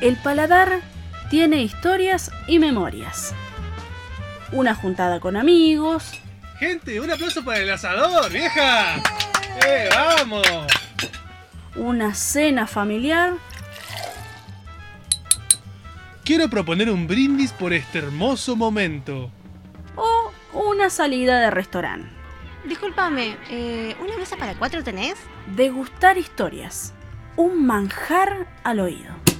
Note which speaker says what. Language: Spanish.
Speaker 1: El paladar tiene historias y memorias. Una juntada con amigos.
Speaker 2: Gente, un aplauso para el asador, vieja. ¡Eh, vamos!
Speaker 1: Una cena familiar.
Speaker 2: Quiero proponer un brindis por este hermoso momento.
Speaker 1: O una salida de restaurante.
Speaker 3: Discúlpame, eh, ¿una mesa para cuatro tenés?
Speaker 1: Degustar historias. Un manjar al oído.